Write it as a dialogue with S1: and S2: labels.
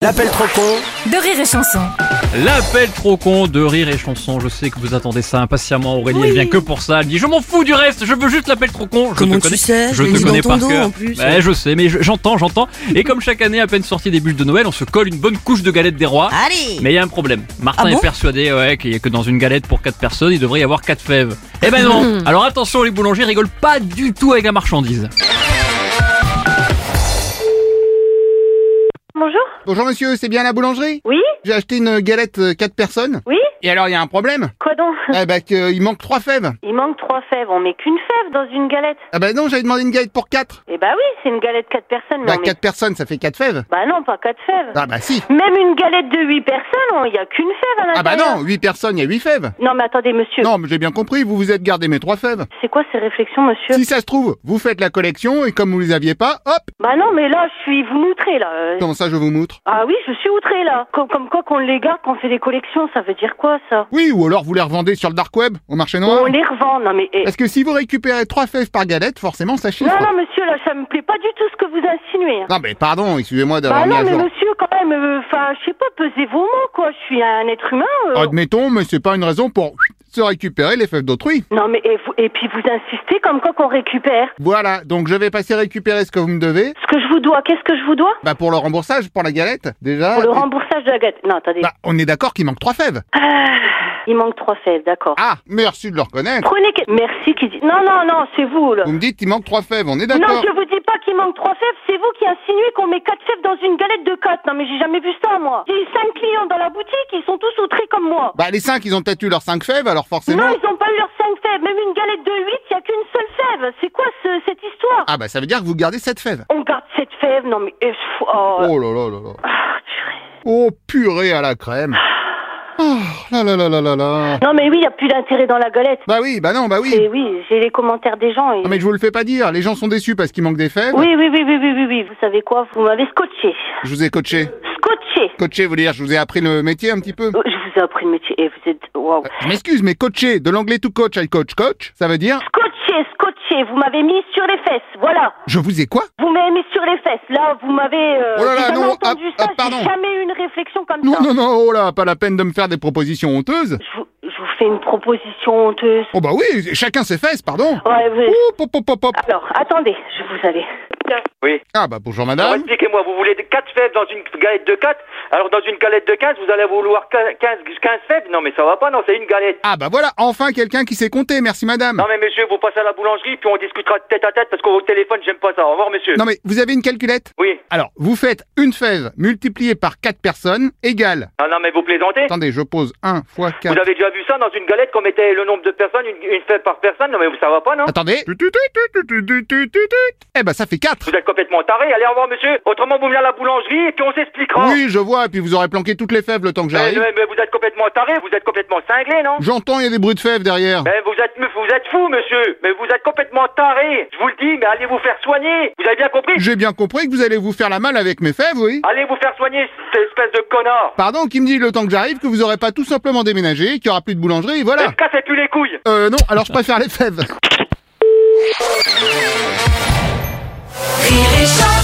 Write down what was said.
S1: L'appel trop con
S2: de rire et chanson.
S3: L'appel trop con de rire et chanson. Je sais que vous attendez ça impatiemment. Aurélie, elle vient que pour ça. Elle dit Je m'en fous du reste, je veux juste l'appel trop con. Je
S4: Comment
S3: te
S4: tu
S3: connais,
S4: sais Je
S3: je
S4: l'ai
S3: te
S4: dit
S3: connais
S4: dans
S3: par
S4: ton dos,
S3: cœur.
S4: en plus.
S3: Ouais, je sais, mais je- j'entends, j'entends. Et comme chaque année, à peine sorti des bulles de Noël, on se colle une bonne couche de galette des rois.
S4: Allez
S3: Mais il y a un problème. Martin
S4: Ah bon
S3: est persuadé ouais, qu'il n'y a que dans une galette pour 4 personnes, il devrait y avoir 4 fèves. Eh ben non Alors attention, les boulangers rigolent pas du tout avec la marchandise.
S5: Bonjour
S6: Bonjour monsieur, c'est bien la boulangerie
S5: Oui
S6: J'ai acheté une galette 4 personnes.
S5: Oui
S6: Et alors il y a un problème
S5: Quoi donc
S6: Eh ben que, il manque 3 fèves.
S5: Il manque trois fèves, on met qu'une fève dans une galette.
S6: Ah ben non, j'avais demandé une galette pour 4.
S5: Eh bah oui, c'est une galette quatre personnes, mais
S6: Bah
S5: on met...
S6: 4 personnes, ça fait 4 fèves.
S5: Bah non, pas quatre fèves.
S6: Ah bah si.
S5: Même une galette de huit personnes, on- il y a qu'une fève à
S6: Ah bah
S5: l'intérieur.
S6: non, 8 personnes, il y a 8 fèves.
S5: Non mais attendez monsieur,
S6: Non, mais j'ai bien compris, vous vous êtes gardé mes 3 fèves.
S5: c'est quoi ces réflexions monsieur
S6: Si ça se trouve, vous faites la collection et comme vous les aviez pas, hop
S5: Bah non mais là, je suis... Vous m'outrez là. euh.
S6: Comment ça je vous moutre
S5: Ah oui, je suis outré là. Comme, comme quoi qu'on les garde, qu'on fait des collections, ça veut dire quoi ça
S6: Oui, ou alors vous les revendez sur le dark web, au marché noir
S5: On les revend, non mais... eh,
S6: Parce que si vous récupérez 3 fèves par galette, forcément ça chiffre.
S5: Non, non monsieur, là, ça me plaît pas du tout ce que vous insinuez. hein.
S6: Non, mais pardon, excusez-moi d'avoir
S5: Bah
S6: mis
S5: non
S6: à
S5: mais
S6: jour.
S5: monsieur, quand même, euh, enfin, je sais pas, pesez vos mots quoi, je suis un être humain. euh.
S6: Oh, Admettons, mais c'est pas une raison pour se récupérer les fèves d'autrui.
S5: Non, mais et, vous- et puis vous insistez comme quoi qu'on récupère.
S6: Voilà, donc je vais passer récupérer ce que vous me devez.
S5: Ce que je vous dois, qu'est-ce que je vous dois
S6: Bah pour le remboursage, pour la galette, déjà.
S5: Pour le Ah. remboursage de la galette. Non, attendez,
S6: Ah, Bah on est d'accord qu'il manque trois fèves.
S5: il manque trois fèves, d'accord.
S6: Ah, merci de le reconnaître.
S5: Prenez. que- Merci qui dit. Non, non, non, c'est vous, là.
S6: Vous me dites qu'il manque trois fèves, on est
S5: Non,
S6: d'accord.
S5: je vous dis pas qu'il manque trois fèves, c'est vous qui insinuez qu'on met quatre fèves dans une galette de quatre. Non, mais j'ai jamais vu ça, moi. J'ai eu cinq clients dans la boutique, ils sont tous outrés comme moi.
S6: Bah les cinq, ils ont peut-être eu leurs cinq fèves, alors
S5: non,
S6: forcément.
S5: ils ont pas eu leurs cinq fèves. Même une galette de huit, il n'y a qu'une seule fève. C'est quoi ce- cette histoire
S6: Ah bah ça veut dire que vous gardez sept fèves.
S5: On garde cette fève, non, mais. euh, pff, oh.
S6: Oh là là là là.
S5: Ah, purée.
S6: Oh purée à la crème. Oh là là là là là là.
S5: Non, mais oui, il n'y a plus d'intérêt dans la galette.
S6: Bah oui, bah non, bah oui.
S5: Et oui, j'ai les commentaires des gens. Et...
S6: Non mais je vous le fais pas dire, les gens sont déçus parce qu'il manque des fèves.
S5: oui, oui, oui, oui, oui, oui, oui. Vous savez quoi Vous m'avez scotché.
S6: Je vous ai coaché.
S5: Scotché
S6: Coaché, vous dire, je vous ai appris le métier un petit peu.
S5: Oh, Je vous ai appris le métier et vous êtes. Waouh
S6: Je m'excuse, mais coaché, de l'anglais to coach, I coach, coach, ça veut dire
S5: Scotché, scotché, vous m'avez mis sur les fesses, voilà.
S6: je vous ai quoi
S5: Vous m'avez mis sur les fesses. Là, vous m'avez. euh,
S6: Oh là là,
S5: j'ai jamais
S6: non,
S5: entendu
S6: ah, ah,
S5: ça,
S6: pardon.
S5: j'ai jamais eu une réflexion comme
S6: Non,
S5: ça.
S6: non, non, oh là, pas la peine de me faire des propositions honteuses.
S5: Je, vous, je vous fais une proposition honteuse.
S6: Oh bah oui, chacun ses fesses, pardon.
S5: Ouais, vous-
S6: Oh, pop, pop, pop, pop.
S5: Alors, attendez, je vous avais.
S7: Oui.
S6: Ah bah bonjour
S7: Alors
S6: madame.
S7: expliquez-moi, vous voulez 4 fèves dans une galette de 4 Alors dans une galette de 15, vous allez vouloir 15, 15 fèves Non mais ça va pas, non, c'est une galette.
S6: Ah bah voilà, enfin quelqu'un qui sait compter, merci madame.
S7: Non mais monsieur, vous passez à la boulangerie puis on discutera de tête à tête parce qu'au téléphone, j'aime pas ça. Au revoir monsieur.
S6: Non mais vous avez une calculette
S7: Oui.
S6: Alors, vous faites une fève multipliée par 4 personnes égale.
S7: Ah non mais vous plaisantez
S6: Attendez, je pose 1 fois 4.
S7: Vous avez déjà vu ça dans une galette qu'on mettait le nombre de personnes, une, une fève par personne Non mais ça va pas, non
S6: Attendez. Tut, tut, tut, tut, tut, tut, tut, tut, tut. Eh bah ça fait 4.
S7: Vous êtes complètement taré. Allez, au revoir monsieur. Autrement, vous venez à la boulangerie et puis on s'expliquera.
S6: Oui, bah je vois, et puis vous aurez planqué toutes les fèves le temps que
S7: mais,
S6: j'arrive.
S7: mais- mais vous êtes complètement taré, vous êtes complètement cinglé, non
S6: J'entends, il y a des bruits de fèves derrière.
S7: Mais vous êtes, vous êtes fou, monsieur. Mais vous êtes complètement taré. Je vous le dis, mais allez vous faire soigner. Vous avez bien compris
S6: J'ai bien compris que vous allez vous faire la malle avec mes fèves, oui.
S7: Allez vous faire soigner, cette espèce de connard.
S6: Pardon, qui me dit le temps que j'arrive que vous aurez pas tout simplement déménagé, qu'il y aura plus de boulangerie, et
S7: Ne
S6: voilà.
S7: me cassez plus les couilles.
S6: Euh, non, alors je préfère les fèves.
S2: Rire et chanson.